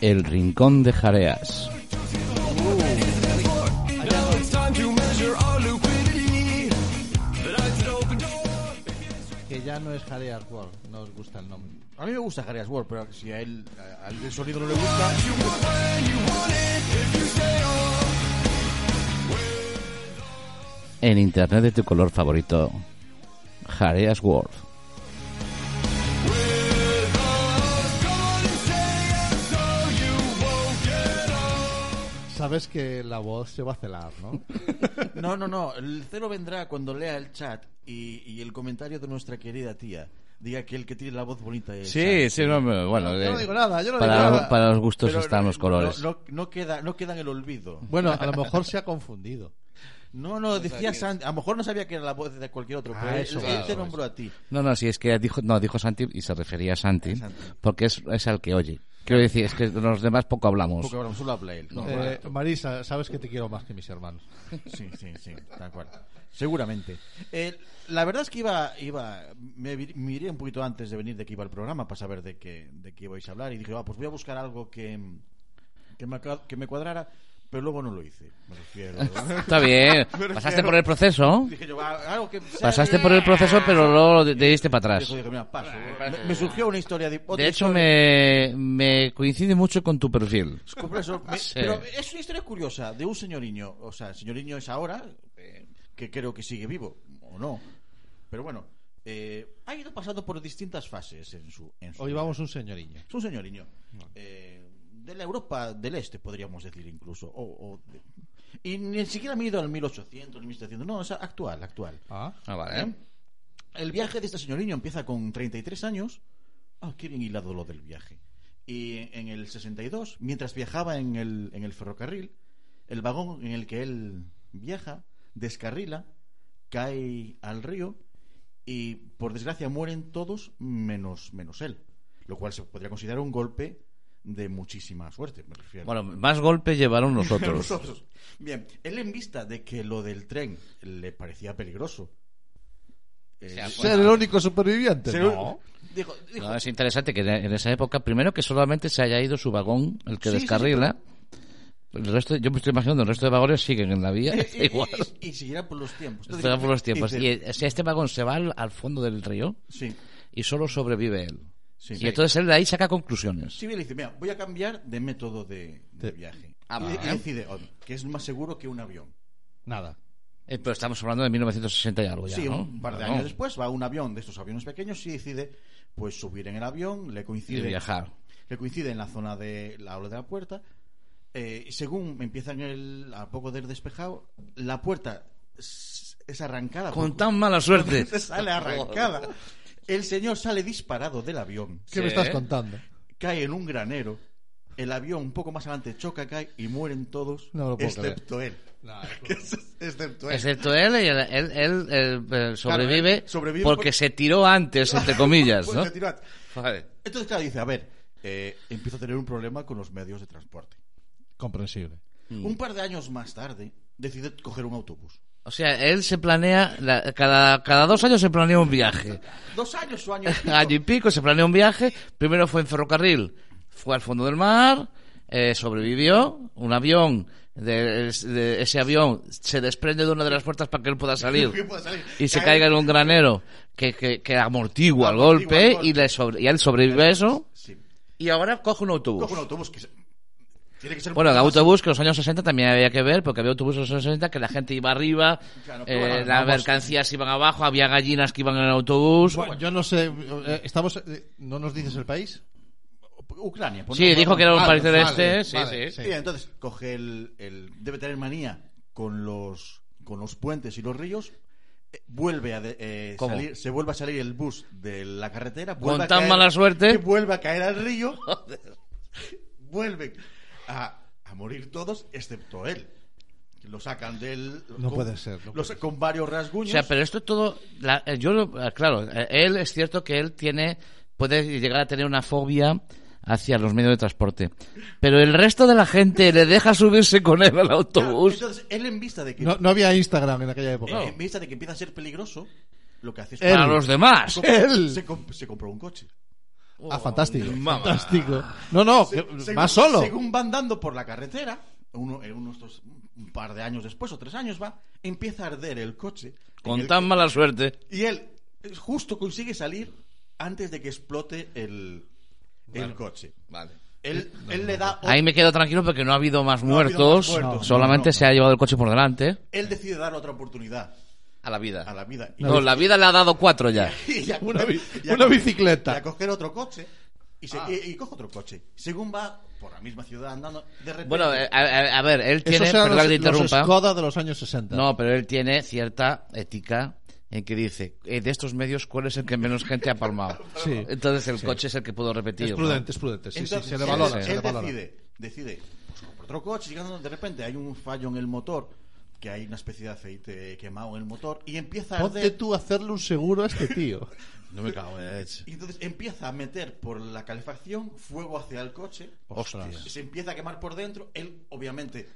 El Rincón de Jareas. Que ya no es Jareas World, no os gusta el nombre. A mí me gusta Harry's World, pero si a él, a- al del sonido no le gusta. El internet de tu color favorito, Jareas World. Sabes que la voz se va a celar, ¿no? No, no, no. El cero vendrá cuando lea el chat y, y el comentario de nuestra querida tía. Diga que el que tiene la voz bonita es. Sí, sí, no, me- bueno. Yo no eh, digo nada, yo no para, digo nada. para los gustos Pero están no- los colores. No, no- no queda, no queda en el olvido. Bueno, a lo mejor se ha confundido. No, no, decía Santi. A lo mejor no sabía que era la voz de cualquier otro, Ah, pero él- eso, él, claro, te eso. nombró a ti. No, no, sí, es que dijo, no, dijo Santi y se refería a Santi, Santi. porque es, es al que oye. Quiero decir, es que los demás poco hablamos. Porque ahora solo habla él. No, Eh, Marisa, sabes que te quiero más que mis hermanos. Sí, sí, sí, tal cual. Seguramente. Eh, la verdad es que iba, iba me, vi- miré un poquito antes de venir de que iba el programa para saber de qué, de qué ibais a hablar y dije, ah, pues voy a buscar algo que, que, me, acua- que me cuadrara, pero luego no lo hice. Me refiero. Está bien, pasaste por el proceso, dije yo, "Ah, algo que... sea pasaste bien". por el proceso, pero luego te diste para Dije, atrás. dije, mira, paso. Me, me surgió una historia de... otra De hecho, me, historia- me coincide mucho con tu perfil. Disculpa, eso, me- Sí. Pero es una historia curiosa de un señoriño. O sea, señoriño es ahora, eh, que creo que sigue vivo, o no. Pero bueno, eh, ha ido pasando por distintas fases en su. En su Hoy vida. vamos un señoriño. Es un señoriño. eh, de la Europa del Este, podríamos decir incluso. o- o de- y ni siquiera me he ido al 1800, al 1700. No, es actual, actual. Ah, Ah, vale. ¿Eh? El viaje de este señoriño empieza con 33 años. Ah, qué bien hilado lo del viaje. Y en el 62, mientras viajaba en el, en el ferrocarril, el vagón en el que él viaja descarrila, cae al río y, por desgracia, mueren todos menos, menos él. Lo cual se podría considerar un golpe de muchísima suerte, me refiero. Bueno, más golpe llevaron nosotros. Nosotros. Bien, él en vista de que lo del tren le parecía peligroso. eh, sea, se- ¿Ser el único superviviente? se- No. Dijo, dijo, No, es interesante que en esa época, primero que solamente se haya ido su vagón, el que Sí, sí, descarrila. El resto, yo me estoy imaginando, el resto de vagones siguen en la vía. eh, eh, igual. Y, y seguirá por los tiempos. Entonces, Estará por los tiempos. dice, Y, eh, o sea, este vagón se va al, al fondo del río sí, y solo sobrevive él. sí. Y entonces él de ahí saca conclusiones. Sí, bien, le dice, mira, voy a cambiar de método de, de De- viaje. Ah, y, vale. y decide oh, que es más seguro que un avión. Nada. Eh, pero estamos hablando de 1960 y algo ya, sí, Ah, ¿no? un par de Claro. años después va un avión de estos aviones pequeños y decide pues subir en el avión, le Y coincide viajar. que coincide en la zona de la aula de la puerta. Eh, y según empiezan el, a poco del despejado, la puerta es, es arrancada. Con por- tan mala suerte. sale arrancada. El señor sale disparado del avión, ¿Qué me Sí. estás contando? cae en un granero. El avión un poco más adelante choca, cae y mueren todos, No lo puedo excepto él. Excepto él. Excepto él, y él, él- él, él, eh, sobrevive, él sobrevive porque por- se tiró antes, entre comillas, Pues ¿no? se tiró a- Vale. Entonces, claro, dice, a ver, eh, empiezo a tener un problema con los medios de transporte. Comprensible. Un par de años más tarde, decide coger un autobús. O sea, él se planea, la- cada, cada dos años se planea un viaje. Dos años o años. Año y pico se planea un viaje. Primero fue en ferrocarril, fue al fondo del mar, eh, sobrevivió. Un avión, de, es- de ese avión se desprende de una de las puertas para que él pueda Que salir. pueda salir. Y se Cae- caiga en un granero que, que, que amortigua el golpe y, le sobre- y él sobrevive a eso. Sí. Y ahora coge un autobús. Coge un autobús que se- tiene que ser. Bueno, el mucho más- autobús que en los años 60 también había que ver, porque había autobuses en los años 60 que la gente iba arriba, Claro, eh, pero bueno, las vamos- mercancías iban abajo, había gallinas que iban en el autobús. Bueno, yo no sé. eh, Estamos. eh, ¿No nos dices el país? Ucrania. pues por sí, ejemplo. dijo que era un vale, país del vale, este, sí, vale, sí. sí. Bien, entonces coge el, el- Debe tener manía con los con los puentes y los ríos. eh, vuelve a de- eh, ¿Cómo? salir, se vuelve a salir el bus de la carretera. Con vuelve a tan caer- mala suerte. que Vuelve a caer al río. vuelven a, a morir todos, excepto él. Lo sacan del. No puede ser, no lo puede sa- con varios O rasguños. sea, pero esto todo, la- eh, yo, lo- eh, claro, eh, él es cierto que él tiene, puede llegar a tener una fobia hacia los medios de transporte, pero el resto de la gente le deja subirse con él al Claro, autobús. Entonces, él en vista de que. eh, No, no había Instagram en aquella época. En vista de que empieza a ser peligroso, lo que hace es Él. Para los demás. se comp- Él. Se, comp- se compró un coche. Ah, fantástico. Mamá. Fantástico. No, no, que Según- va solo. Según van dando por la carretera, uno, eh, unos dos- un par de años después o tres años va, empieza a arder el coche. En Con el tan mala suerte. que- y él eh, justo consigue salir antes de que explote el, el coche. Vale. Él, Eh, él le da... Ahí me quedo tranquilo porque no ha habido más No ha habido muertos. más muertos. Solamente No, no, se ha llevado el coche por delante. Él decide dar otra oportunidad A la vida. a la vida. Y- No, la vida le ha dado cuatro ya. y a- Una bi- y a una coger- bicicleta. Y a coger otro coche. Y, se, Ah. y, y coge otro coche. Según va por la misma ciudad andando, de repente... Bueno, eh, a, a- a ver, él Eso tiene. serán los, perdona que te los interrumpa. Skoda de los años 60. No, pero él tiene cierta ética en que dice: eh, de estos medios, ¿cuál es el que menos gente ha palmado? Sí. Entonces el coche es el que puedo repetir. es ¿no? prudente, es prudente. Sí, Entonces, sí, se le él- valora. él se le valora. decide, decide, pues, compro otro coche, llegando de repente hay un fallo en el motor, que hay una especie de aceite quemado en el motor, y empieza a Ponte arder. tú a hacerle un seguro a este tío. No me cago en la leche. Y entonces empieza a meter por la calefacción fuego hacia el coche, Ostras. se empieza a quemar por dentro, él obviamente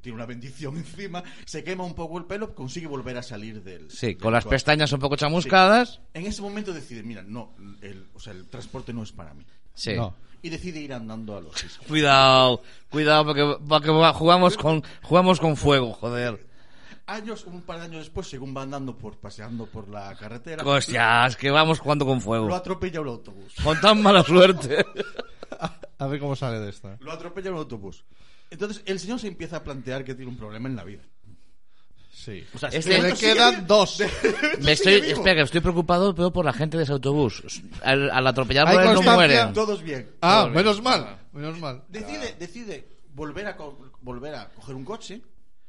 tiene una bendición encima, se quema un poco el pelo, consigue volver a salir del... Sí, del con las coche. pestañas un poco chamuscadas. En ese momento decide, mira, no, el, o sea, el transporte no es para mí. Sí. No. Y decide ir andando a los islas. Cuidado, cuidado, porque, porque jugamos, con, jugamos con fuego, joder. Años, un par de años después, según va andando por, paseando por la carretera, Hostias, que vamos jugando con Lo fuego. atropella un autobús. Con tan mala suerte. A ver cómo sale de esta. Lo atropella un autobús. Entonces el señor se empieza a plantear que tiene un problema en la vida. Sí. O sea, Es si- que- le esto sigue quedan bien- dos. Me sigue estoy, vivo. espera, que estoy preocupado pero por la gente de ese autobús. Al, al atropellarlo Hay él no constancia. mueren. Todos bien. Ah, menos mal. Menos mal. Decide, decide volver a co- volver a coger un coche,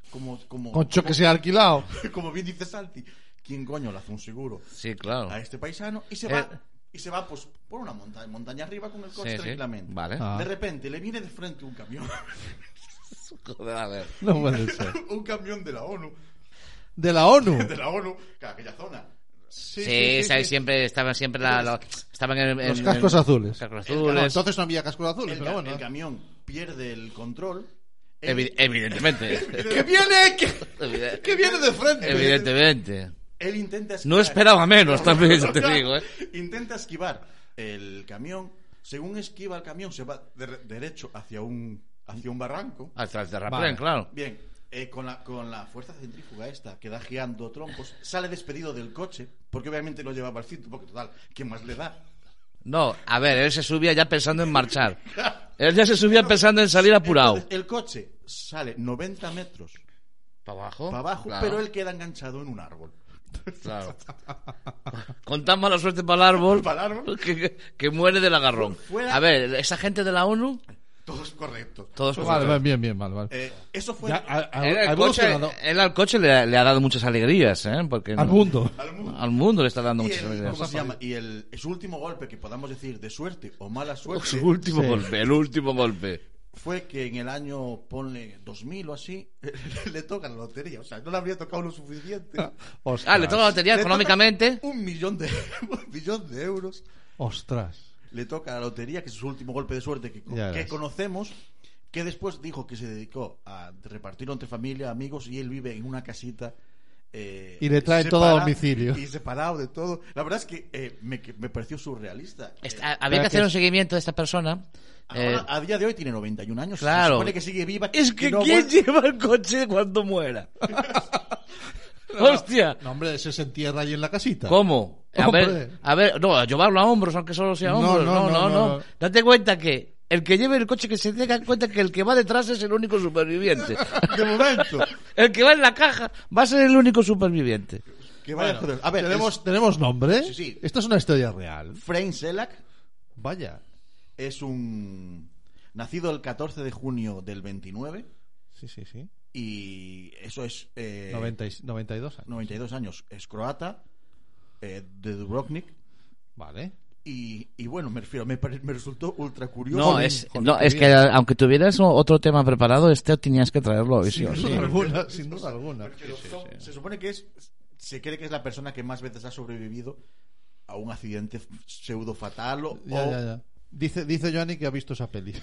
como como Con choque se ha alquilado. como, como bien dice Santi, quién coño le hace un seguro Sí, claro. a este paisano y se Eh. va y se va pues por una montaña montaña arriba con el coche Sí, sí. tranquilamente. Vale. Ah. De repente le viene de frente un camión, Joder, a ver. No puede ser. un camión de la ONU, De la ONU. de la ONU, que aquella zona. Sí, ¿sabes? siempre estaban siempre la, la- estaban en, en- Los cascos en- azules. cascos No, azules. entonces no había cascos azules, el, pero ca- bueno. el camión pierde el control. Él- Evi- evidentemente. ¡Que viene! ¡Que, Evide- que viene de frente! evidentemente. él intenta esquivar. No esperaba menos, también yo te digo, ¿eh? Intenta esquivar el camión. Según esquiva el camión, se va de- derecho hacia un, hacia un barranco. Hasta el terraplén, Vale. claro. Bien, eh, con, la, con la fuerza centrífuga esta que da girando trompos, sale despedido del coche, porque obviamente lo llevaba al cinto, porque total, ¿qué más le da? No, a ver, él se subía ya pensando en marchar. Él ya se subía pensando en salir apurado. Entonces, el coche sale 90 metros ¿Para abajo? para abajo, Claro, pero él queda enganchado en un árbol. claro. Con tan mala suerte para el árbol, Para el árbol. Que, que- que muere del agarrón. Fuera. A ver, esa gente de la ONU, Todo es correcto. todos Vale, vale, bien, bien, vale, vale. Eh, eso fue Ya, ha, ha- Él ha al coche, evolucionado él al coche le, ha- le ha dado muchas alegrías, ¿eh? Porque al no- mundo. al mundo. al mundo le está dando Y muchas el, alegrías. ¿cómo se llama? Y el, su último golpe, que podamos decir de suerte o mala Oh, Su suerte, último golpe, el último golpe. fue que en el año, ponle 2000 o así, le toca la lotería. O sea, no le habría tocado lo suficiente. Ah, le Ostras. toca la lotería Le económicamente. toca Un millón de, un millón de euros. Ostras. Le toca la lotería, que es su último golpe de suerte que, Ya que verás. conocemos. Que después dijo que se dedicó a repartirlo entre familia, amigos, y él vive en una casita. eh, Y le trae todo a domicilio. Y separado de todo. La verdad es que eh, me, que me pareció surrealista. Eh, Está- había Pero que hacer que- un seguimiento de esta persona. Eh, Ahora, a día de hoy tiene 91 años. claro. Se supone ah, que sigue viva. es que no ¿quién vuel- lleva el coche cuando muera? Hostia. No, hombre, ese se entierra ahí en la casita. ¿Cómo? A Hombre. ver, a ver, no, a llevarlo a hombros, aunque solo sea a No, hombros. no, No, no, no, no. no, no. Date cuenta que el que lleve el coche que se tenga en cuenta que el que va detrás es el único superviviente. De momento. El que va en la caja va a ser el único superviviente. Que vaya Bueno, joder. A ver, tenemos, tenemos. tenemos nombre. Sí, sí. Esta es una historia real. Frank Selak Vaya. es un. Nacido el 14 de junio del 29. Sí, sí, sí. Y eso es. eh, 90 y- 92 años. 92 años. Es croata. eh, de Dubrovnik. Vale. Y, y bueno, me refiero, me, pare- me resultó ultra curioso. No, Jolín, es, jolín, no, qué es bien. que aunque tuvieras o- otro tema preparado, este tenías que traerlo hoy, sí o Sin sí. duda alguna, sin duda alguna. Pero son- Se supone que es. Se cree que es la persona que más veces ha sobrevivido a un accidente pseudo fatal o, Ya, o- ya, ya. Dice, dice Joanny que ha visto esa peli.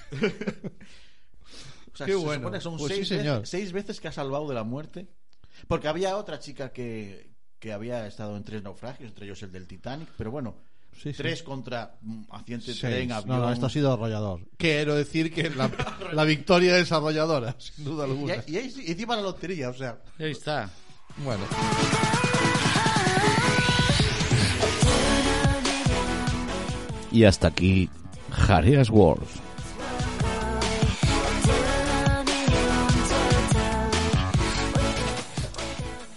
O sea, Qué se bueno. supone que son Pues sí, seis, señor. veces, seis veces que ha salvado de la muerte. Porque había otra chica que, que había estado en tres naufragios, entre ellos el del Titanic, pero bueno, Sí, sí. Tres contra mm, accidente de Seis. tren, No, avión. no, esto ha sido arrollador. Quiero decir que la, la victoria es arrolladora, sin duda y, alguna. ahí- y ahí sí, encima la lotería, o sea. Ahí está. Bueno, Y hasta aquí, Jareas World.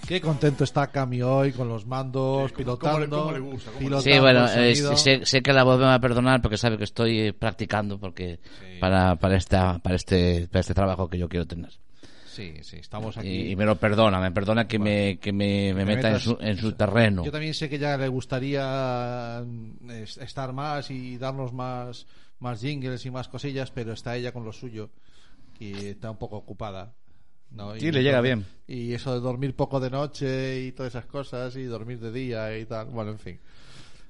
qué contento está Cami hoy con los mandos, Sí, cómo- pilotando. cómo le- cómo le gusta, cómo le pilotando Sí, bueno, el eh, sonido. sé, sé que la voz me va a perdonar porque sabe que estoy eh, practicando porque para, para, esta, para, este, para este trabajo que yo quiero tener. Sí, sí, estamos aquí. Y, y me lo perdona, me perdona que me, que me, me Te meta en metas- su, en su terreno. Yo también sé que ya le gustaría mm, es- estar más y darnos más, más jingles y más cosillas, pero está ella con lo suyo y está un poco ocupada. ¿no? Y Sí, le llega bien. Y eso de dormir poco de noche y todas esas cosas y dormir de día y tal. Bueno, en fin.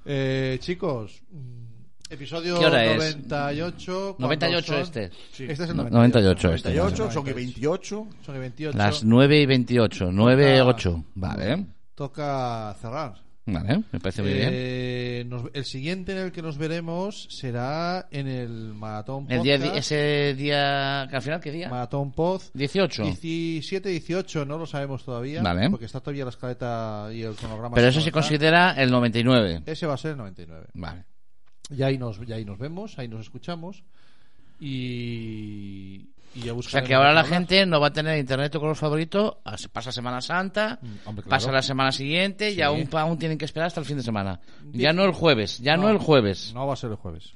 Eh, chicos, mm, episodio ¿Qué hora es? 98. ¿cuándo 98 son? este. Sí. Este es el No, 98. 98 este. 38, son que 28. Son el 28. Las 9 y 28, 9 y Toca- 8. Vale, Toca cerrar. vale, me parece muy bien. Eh, nos- el siguiente en el que nos veremos será en el Maratón El día, Podcast. ese día, que al final, ¿qué día? Maratón Pod 18. 17, 18, no lo sabemos todavía. Vale. Porque está todavía la escaleta y el cronograma. Pero sin eso se avanzar. considera el 99. Ese va a ser el 99. Vale. Y ahí nos, y ahí nos vemos, ahí nos escuchamos. Y. y ya O sea que ahora la gente no va a tener internet con los favoritos, as- pasa Semana Santa, Mm, hombre, claro. pasa la semana siguiente y aún, aún tienen que esperar hasta el fin de semana. Ya no el jueves, ya no, el jueves. No va a ser el jueves.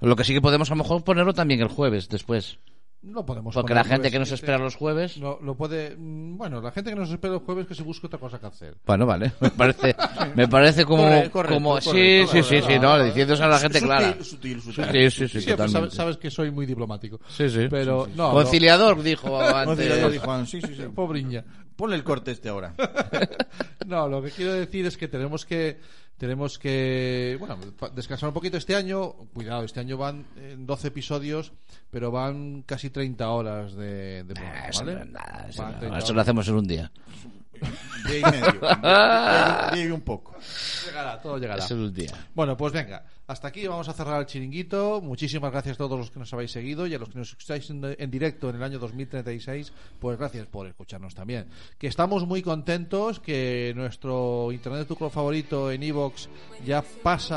Lo que sí que podemos a lo mejor ponerlo también el jueves después. No podemos. Porque poner la el gente jueves que nos siguiente. espera los jueves... No, lo puede. mm, Bueno, la gente que nos espera el jueves que se busque otra cosa que hacer. Bueno, vale, me parece, me parece como... Corre- correcto, como sí, correcto, sí, sí, correcto, sí, no, correcto. diciéndose a la gente sutil, clara. Sutil, sutil. Sí, sí, sí, Sí, pues totalmente. sabes, sabes que soy muy diplomático. Sí, sí. Pero no, Conciliador, dijo No, antes. diga yo, dijo Juan, sí, sí, sí. lo, pobriña. Ponle el corte este ahora. No, lo que quiero decir es que tenemos que tenemos que bueno, pa- descansar un poquito este año. Cuidado, este año van eh, 12 episodios, pero van casi 30 horas de, de programa, Ah, Eso, ¿vale? no es nada, eso Van no- 30 eso lo horas. hacemos en un día. Día y medio. Día y- día y un poco. Llegará, todo llegará. Eso en un día. Bueno, pues venga, hasta aquí vamos a cerrar el chiringuito. Muchísimas gracias a todos los que nos habéis seguido y a los que nos escucháis en, en directo en el año 2036, pues gracias por escucharnos también. Que estamos muy contentos que nuestro Internet tu club favorito en Evox ya pasa